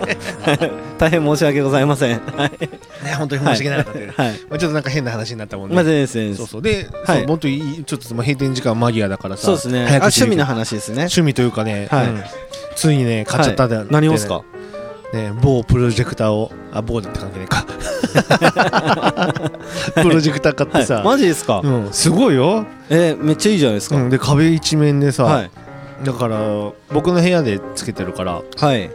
[LAUGHS] 大変申し訳ございませんはい
[LAUGHS] ね、本当に申し訳なかったね。
はい
まあちょっとなんか変な話になったもんね。
まあ全然です全然
そう
です
そう。で、
はい
そう本当に、ちょっともう閉店時間間際だからさ。
そうですねあ
早く
趣味の
話。
話ですね
趣味というかね、
はい
うんついにね、買っちゃったんだよ、
はい何をっすか
ね、某プロジェクターを、あ、某って関係ねえ
[LAUGHS]
か。プロジェクター買ってさ、
マジですか
うん、すごいよ。
えーめっちゃいいじゃないです
う
か
ん、で、壁一面でさ、
はい
だから僕の部屋でつけてるから
はい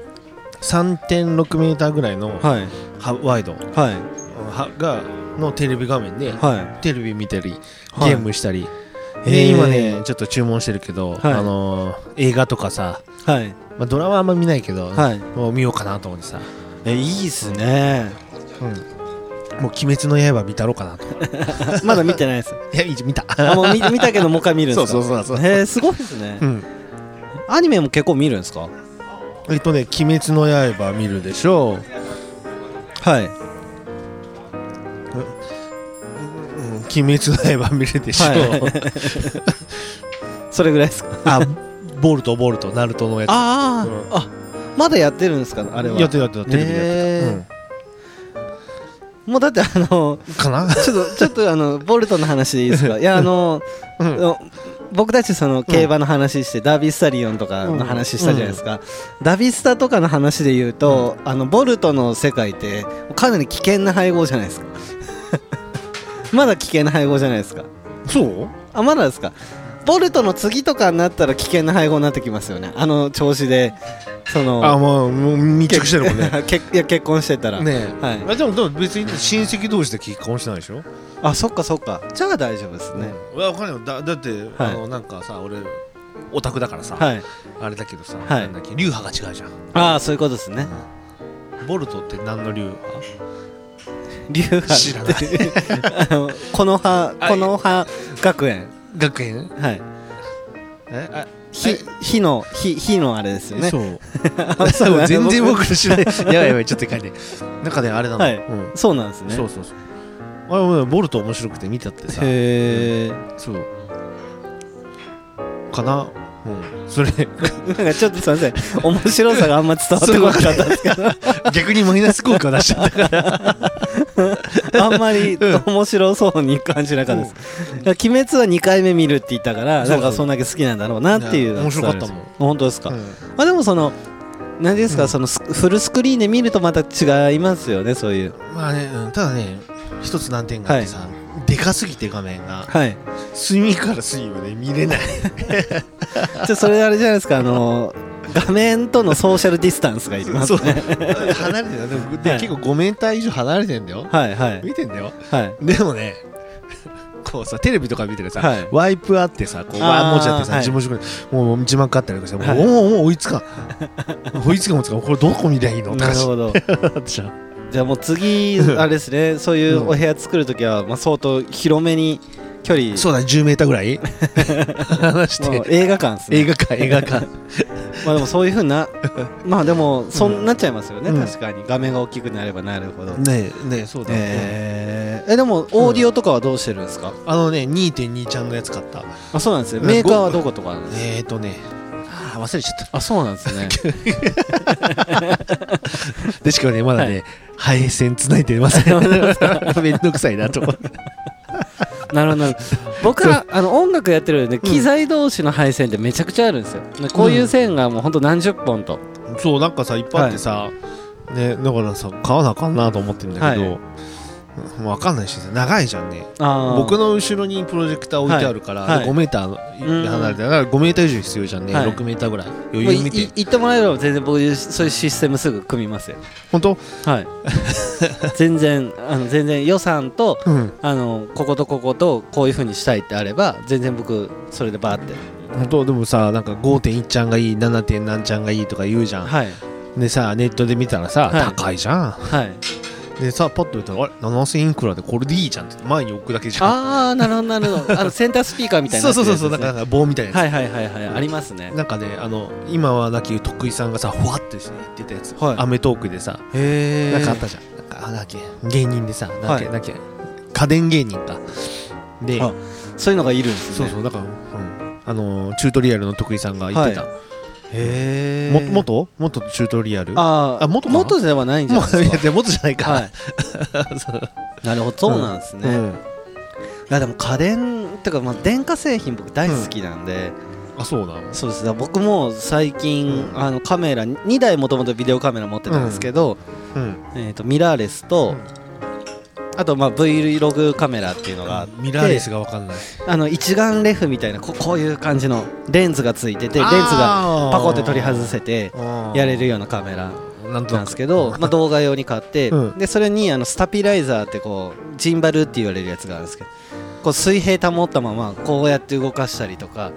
3.6メーターぐらいの
はい
はワイド
はい
はがのテレビ画面で
はい
テレビ見たり
はい
ゲームしたり、
へー
で今ねちょっと注文してるけど、
はい
あのー映画とかさ、
はい
まあ、ドラマはあんま見ないけど、
はい
もう見ようかなと思ってさ、
えいいっす
[LAUGHS]
ね
もう「鬼滅の刃」見たろうかなと
まだ見て [LAUGHS] ないです
いやいい見た
[LAUGHS] あもう見見たけどもう一回見るんですか
そうそうそうそう
へえすごいですね
うん
アニメも結構見るんですか
えっとね「鬼滅の刃」見るでしょ
はい
「うん、鬼滅の刃」見るでしょ、
はそれぐらいですか
[LAUGHS] あボルトボルトナルトのやつ
あー、
うん
あまだやってるんですかあれは
やってたやってたテレビでやってた、
へー
うん
もうだってあの
かな
ちょっとちょっとあのボルトの話でいい
[LAUGHS]
ですかいやあの、
うん
僕たちその競馬の話して、ダービースタリオンとかの話したじゃないですか、ダビスタとかの話で言うと、あのボルトの世界ってかなり危険な配合じゃないですか [LAUGHS] まだ危険な配合じゃないですか
そう
あまだですかボルトの次とかになったら危険な配合になってきますよねあの調子でその
あまあもう密着してるもんね
結いや結婚してたら、
ね
[LAUGHS]
え、
はい
あでもでも別に親戚同士で結婚してないでしょ、
あそっかそっかじゃあ大丈夫ですね、
いやわかんないよだだって、あのなんかさ俺オタクだからさ、
はい
あれだけどさ、
はい
なんだっけ流派が違うじゃん
ああそういうことですね
ボルトって何の流派
流派
[LAUGHS] 知
[LAUGHS]
らない
あの [LAUGHS] この葉
あ
この葉学園
学園
はい
えあ
ひ火の火火のあれですよね
そう [LAUGHS]
あ
多分全然僕
僕
知らないやばいやばいちょっと一回ねなんかねあれなの、
はい
うん
[LAUGHS] そうなんですね
そうそうそうあれボルト面白くて見たってさ
へえ
そうかなうんそれ
なんかちょっとすいません面白さがあんま伝わってこなかった
[LAUGHS]
んですけ
逆にマイナス効果を出しちゃったから
どあんまり面白そうに感じなかったですだから鬼滅は2回目見るって言ったから
そうそう
なんかそんだけ好きなんだろうなっていう
いや面白かったもん
本当ですか、
うん
まあでもその何ですか、
うん
そのスフルスクリーンで見るとまた違いますよねそういう
まあね、うんただね一つ難点があってさ、でかすぎて画面が
はい
隅から隅まで見れない
じゃあそれあれじゃないですかあのー画面とのソーシャルディスタンスがいります [LAUGHS]
そう
ね
離れてるでもで
はい
結構5メーター以上離れてんだよ
はいはい
見てんだよ
はい
でもねこうさテレビとか見てるさ、
はい
ワイプあってさこう
あー
ワン文字あって
は
さ
い
字幕がもう字幕あったりとかしてもう、
はい
もうもう追いつかん [LAUGHS] 追いつかん追いつかんこれどこ見りゃいいのと
な
か
る
し
ほど
なっちゃう
じゃあもう次あれですねそういうお部屋作るときは、まあ、相当広めに距離
そうだ10メーターぐら
[LAUGHS]
い離し
もう
て
映画館です [LAUGHS] ね
映画館映画館
まあでもそういうふう
[LAUGHS]
なまあでもそ
うんん
なっちゃいますよね、
うん
確かに画面が大きくなればなるほど、
ねえねえそうだ、
えーえでもオーディオとかはどうしてるんですか、
あのね2.2ちゃんのやつ買った
あそうなんですね
うん
メーカーはどことかなんですか
えーとねあー忘れちゃっ
あそうなんですね
たでしかもねまだね、配線繋いで [LAUGHS] ませんめんどくさいなと思って
なるほどなるほど僕らあの音楽やってるんで機材同士の配線ってめちゃくちゃあるんですよ、こういう線がもうほんと何十本と、
そうなんかさいっぱいあってさ、ね、だからさ買わなあかんなと思ってんだけど、
は
うんもう分かんないしさ長いじゃんね
あー
僕の後ろにプロジェクター置いてあるから、
はいはい
5メーター離れてだから5メーター以上必要じゃんね、
はい
6メーターぐらい
もう
余裕
い
見
い
て
言ってもらえれば全然僕そういうシステムすぐ組みますよ
本当
はい [LAUGHS] 全然あの全然予算と
うん
あのこことこことこういうふうにしたいってあれば全然僕それでバーって
本当でもさなんか5.1ちゃんがいい 7. 点何ちゃんがいいとか言うじゃん、
はい
でさネットで見たらさ、
はい
高いじゃん
はい
でさパッと見たらあれ7000いくらでこれでいいじゃんって前に置くだけじゃん
ああなるほどなるほ [LAUGHS] どあのセンタースピーカーみたいな
そう
やつ
そう
ですね
そうそうなんかなんか棒みたいなやつ、
はいはいはいはいありますね
なんかねあの今はなき徳井さんがさふわってして言ってたやつ、
はい
アメトークでさ
へえ
なんかあったじゃん、なんかあなんだっけ芸人でさなんだっ
は
け、
い
なんだっけ家電芸人かで、
あそういうのがいるんですね
そうそうだから、うん、あのーチュートリアルの徳井さんが言ってた、
へえ
も元元チュートリアル
あー
あ元か
元ではないんじゃ
も
ないです
うい
か
やでも元じゃないか、
はい [LAUGHS] なるほどそうなんですね、
う
い
ん
やでも家電ってかまあ電化製品僕大好きなんで、
あそうなの
そうですね僕も最近、
うん
あのカメラ2台もともとビデオカメラ持ってたんですけど、
うん
えー、とミラーレスと、
うん
あとまあ Vlog カメラっていうのがあって
ミラーレスがわかんない
あの一眼レフみたいなここういう感じのレンズがついててレンズがパコって取り外せてやれるようなカメラ
うんなんと
なんで
なく
すけど、まあ、動画用に買って、
うん
でそれにあのスタピライザーってこうジンバルって言われるやつがあるんですけどこう水平保ったままこうやって動かしたりとか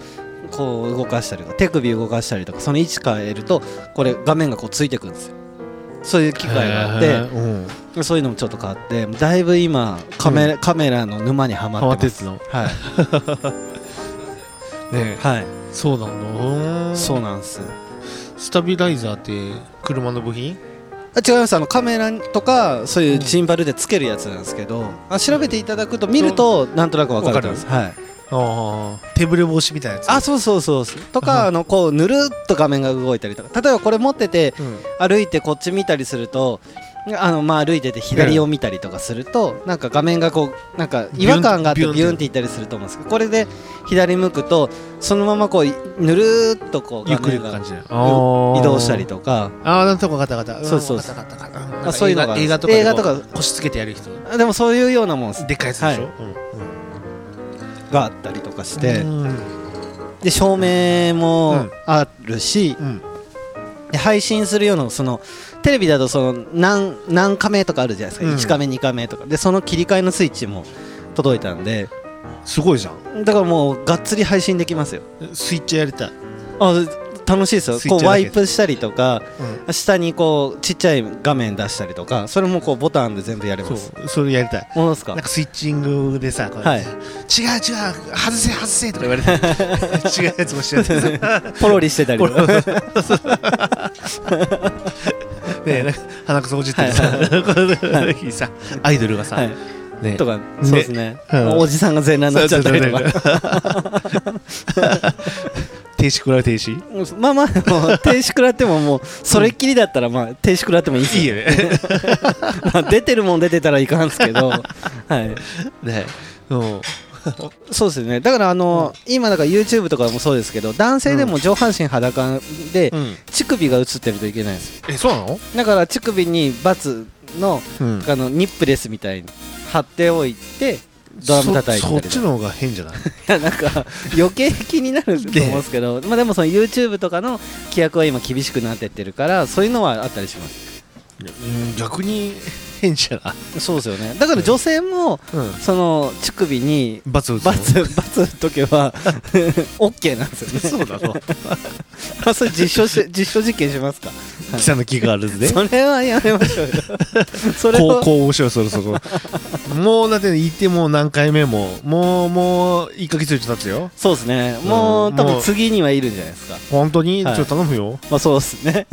こう動かしたりとか手首動かしたりとかその位置変えるとこれ画面がこうついてくるんですよそういう機械があ
へ
っ
ーうん
てそういうのもちょっと買ってだいぶ今カメ,、ラカメラの沼にはま
ハマ
っ
っ
てま
てっつ
す
のね
はい、
[LAUGHS] え
はい、
そうなの
そうなんです
スタビライザーって車の部品
あ違いますあのカメラとかそういうジンバルでつけるやつなんですけど、あ調べていただくと見るとなんとなくわかると思います、はい、
ああテーブル防止みたいなやつ
あそうそうそうそうとかあのこうぬるっと画面が動いたりとか例えばこれ持ってて
うん
歩いてこっち見たりするとあのまあ歩いてて左を見たりとかすると、なんか画面がこうなんか違和感があって
ビ
ビ
ュ
ュー
ンって
ンっていったりすると思うんですけどこれで左向くとそのままこうぬるーっとこう
ゆっ
画
くり
面
行く
が
感じだ
移動したり
と
とか
ああなんとかわかったわかった
そうそう
わかったわかったわかった
あそういうのが
映画映画とかで
映画とか
こう腰つけてやる人
あでもそういうようなもんです
でっかいやつでしょ
は
うんうん
があったりとかして。
うん
で照明
う
も
ん
あるし、
うん
で配信するようなそのテレビだとその何何カメとかあるじゃないですか、
うん
1カメ2カメとかでその切り替えのスイッチも届いたんです
ごいじゃん
だからもうがっつり配信できますよ
スイッチやりたい
あ楽しいですよ
スイッ
こ
チ
う
だ
ワ
け
イプしたりとか
うん
下にこうちっちゃい画面出したりとかそれもこうボタンで全部やれ
そ
ます
うそれやりたい
ものですか
なんかスイッチングでさ、こう
はい
違う違う外せ外せとか言わ [LAUGHS] れて違うやつもしてる [LAUGHS]
ポロリしてたりとか
ねなんか鼻くそほじってるさ、この時にさアイドルがさ、
はい
ね
とかそうですね
うん
おじさんが全裸になっちゃったりと
[LAUGHS]
か
停止食らう停 [LAUGHS] 止
まあまあでも停止食らってももうそれっきりだったらまあ停止食らってもいいです
いい
よ
よね
まあ出てるもん出てたらいかんすけ
[LAUGHS]
どはい
ねうん
そうですよねだからあの今だから YouTube とかもそうですけど男性でも上半身裸で
うん
乳首が映ってるといけないんですよ
えそうなの
だから乳首にバツの
うん
あのニップレスみたいに貼っておいてドラム叩いて
そ
た
そっ
りとか
ちの方が変じゃない
いやなんか余計気になると思うんですけど、まあでもその YouTube とかの規約は今厳しくなってってるからそういうのはあったりします
うん逆に変じゃない
そうですよねだから女性も
うん
その乳首に
バツ打つの
バツバツ打っとけばオッケーなんですよね
[LAUGHS] そうな [LAUGHS] の
あそれ実証し実証実験しますか
記者の気があるぜ
それはやめましょう
[LAUGHS]
よそれ
こう
は
こう面白いそろそろ [LAUGHS] もうだって言ってもう何回目ももうもう1か月以上経つよ
そうですね
ん
もう多
も
分
う
次にはいるんじゃないですか
本当に、
はい
ちょっと頼むよ
まあそうですね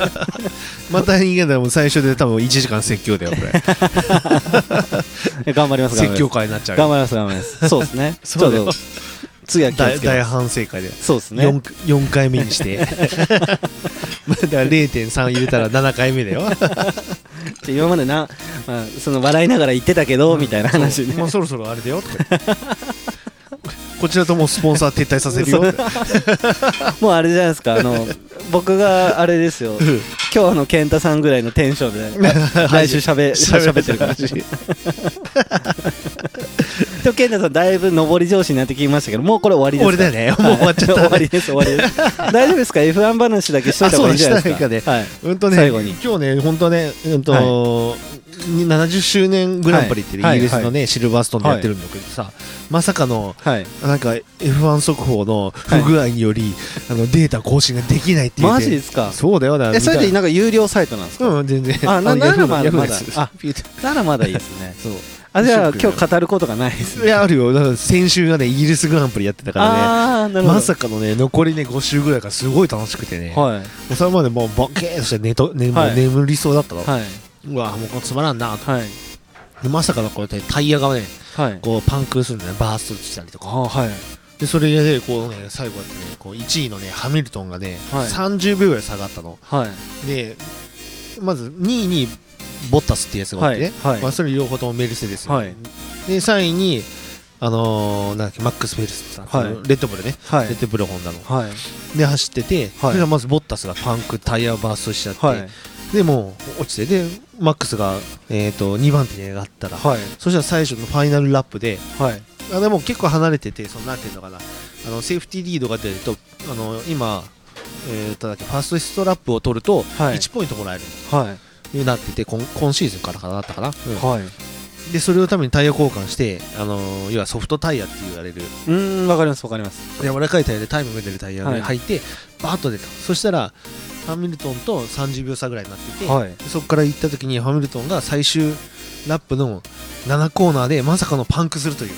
[LAUGHS]
また人間でも最初で多分1時間説
[LAUGHS]
教だよこれ
頑張ります頑張
説
り
教
ま
会になっち
す
ゃう
頑
よ
張ります頑張りますそうですね
[LAUGHS] そうだよ
ちょっと次は気を
大
つけま
大
す
反省会で
そうですね
四4回目にして
[LAUGHS]
まだ0.3入れたら7回目だ
[LAUGHS]
よ
って今までな、まあ、その笑いながら言ってたけど、みたいな話ね
もうそろそろあれだよってこちらともうスポンサー撤退させるよって [LAUGHS]
もうあれじゃないですかあの僕があれですよ
うん
「今日あの健太さんぐらいのテンション
[LAUGHS]
で来週しゃべしゃべってるかもしれない今日健太さんだいぶ上り上司になってきましたけどもうこれ終わりです
俺だよねもう終わっちゃった、
はい終わりです終わりです大丈夫ですか F1 話だけしといた方がいいんじゃないですか
あそうだし
はい
うんとね、
最後に
今日ね、本当はね、うんと、
は
に70周年グランプリっていうイ
はい
ギリスのね、
は
シルバーストーンでやってるんだけどさ、まさかの、
はい
なんか F1 速報の不具合により、あのデータ更新ができないっていうね、
マジですか
そうだよだ
えそれでなんか有料サイトなんですか
うん、全然。
あなならまだ
ヤフー
ま
で
だ
す
あならまだいいですね
[LAUGHS] そう
あじゃあ
ショ
今
ックだよ
日語ることがないです
いや、あるよ。だから先週がね、イギリスグランプリやってたからね。
ああーなるほど
まさかのね、残りね、5週ぐらいからすごい楽しくてね。
はい
もうそれまでもう、ボケーンとして寝と、ねもう
はい
眠りそうだったの。
はいう
わ、もうこれつまらんなと。
はい
でまさかのこうやってタイヤがね、
はい
こうパンクするんだね、バーストしたりと
あ
か。
ーはい
で、それで、こうね、最後やってね、こう1位のね、ハミルトンがね、
はい
30秒ぐらい下がったの。
はい
で、まず2位にボッタスっていうやつがあってね、
はいはい
まあ、それ両方ともメルセデス。
はい
で、3位に、あのー、なんだっけ、マックス・フェルスさん、
はい
レッドブルね、
はい
レッドブルホンダの。
はい
で、走ってて、
はい
それがまずボッタスがパンク、タイヤをバーストしちゃって、
はい
で、もう落ちて、で、マックスが、えっ、と、2番手に上がったら、
はい
そしたら最初のファイナルラップで、
はい
あでも結構離れてて、そのなんていうのかな、あのセーフティーリードが出ると、あの今、えー、とだっけファーストストラップを取ると、
はい
1ポイントもらえる
はい
ようになってて、今今シーズンからかなだったかな、
はい
で、それのためにタイヤ交換して、あのー要はソフトタイヤって言われる、
うーんわかりますわかります
柔らかいタイヤでタイムが出るタイヤ
は
に
い
履いて、バーッと出た、そしたら、ハミルトンと30秒差ぐらいになってて、
はい
そこから行った時に、ハミルトンが最終ラップの7コーナーで、まさかのパンクするという。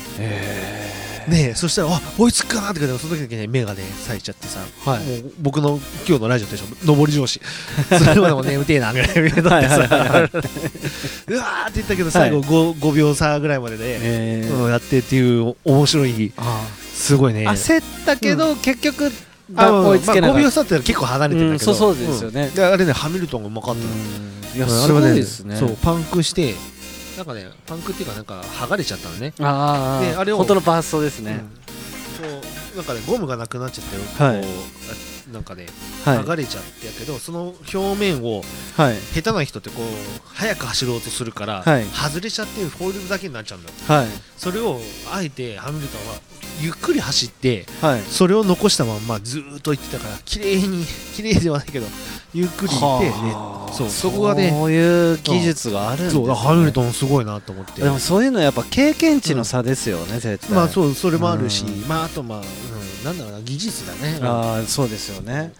ねえそしたら、あ追いつくかなって感じで、その時だけね、目がね、冴えちゃってさ、
はい
もう僕の今日のラジオでしょ、上り
[LAUGHS]
上司、それまでも眠てえなぐらい見えとってさ、
はいはいは
うわーって言ったけど、最後 5,、5秒差ぐらいまでで、
えー
うんやってっていう、面白い、
あ
すごいね、
ー焦ったけど結局
あ
追いつけな
まあ、
か
5
っ
秒差って結構離れてんだけど、
うんそうそうですよね
んであれねハミルトンがうまかったたの、
うんいや
うんあ
す
れ
ご
はい
ですね
そうパンクしてなんかねパンクっていうかなんか剥がれちゃったのね
あ
で
あ
あれを
本当のバーストです
うん
ね
こうなんかねゴムがなくなっちゃったよ、
はい
こうあなんかね
はい
剥がれちゃったけど、その表面を
はい
下手な人ってこう早く走ろうとするから、
はい
外れちゃってフォールだけになっちゃうんだよ
はい
それをあえてハミルトンはゆっくり走って
はい
それを残したまんまずーっと行ってたから綺麗に [LAUGHS] 綺麗ではないけどゆっくり行って、ね
はあ
そうそこがね
そういう技術があるんです
そう
ね
だからハミルトンすごいなと思って
でもそういうのはやっぱ経験値の差ですよね、絶対
まあそうそれもある
う
し、
ん
まああとまあ、うん、なんだろうな技術だね
ああそうですよね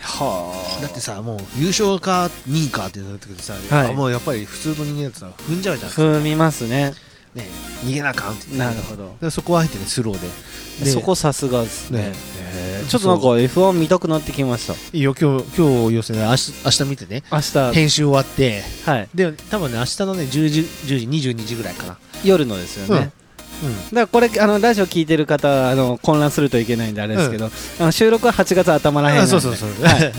はあ
だってさもう優勝か2位かってなった時さ、
はい
あもうやっぱり普通の人間だとさ踏んじゃうじゃん、ね、
踏みますね
逃げなあかんって
なるほど
でそこはあえてねスローでで
そこさすがですね
ね
えーちょっとなんか F1 見たくなってきました
いいよ今日今日要するに明日明日見てね
明日
編集終わって
はい
で多分ね明日のね10時10時22時ぐらいかな
夜のですよね、
うん
だからこれあのラジオ聞いてる方あの混乱するといけないんであれですけど、あの収録は8月頭らへんなん
あ
で
そうそうそう、
はい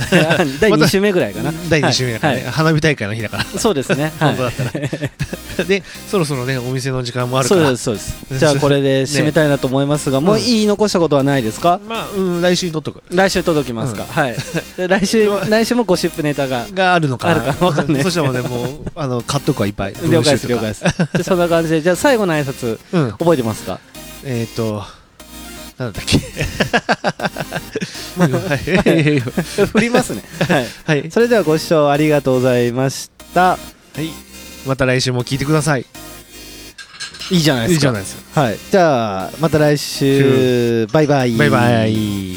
[LAUGHS] 第2週目ぐらいかな、
第2週目だからね、
はい
花火大会の日だから、
そうですね、はい
本当だった
[LAUGHS]
らでそろそろねお店の時間もあるか
そう
ら
ですそうですじゃあこれで締めたいなと思います [LAUGHS] が、
ね
もう言い残したことはないですか、
まあうん来週に撮っとく
来週届きますか、
うん
はいで来 [LAUGHS] 週来週もゴシップネタが
があるのかな
あるかわかんない
そしたらもうねもうあの買っとくわいっぱい
[LAUGHS] 了解です了解ですすでそんな感じでじゃあ最後の挨拶
うん
覚えてますか
えっ、ー、となんだっけ
[LAUGHS]
もういいよ [LAUGHS] はい
[LAUGHS] 振りますね、 [LAUGHS] はい、
はい、
それではご視聴ありがとうございました
はい、また来週も聞いてください
いいじゃない
い
で
い
す
じ
か
ゃないですか
はい、じゃあまた来週バイバイ
バイバイ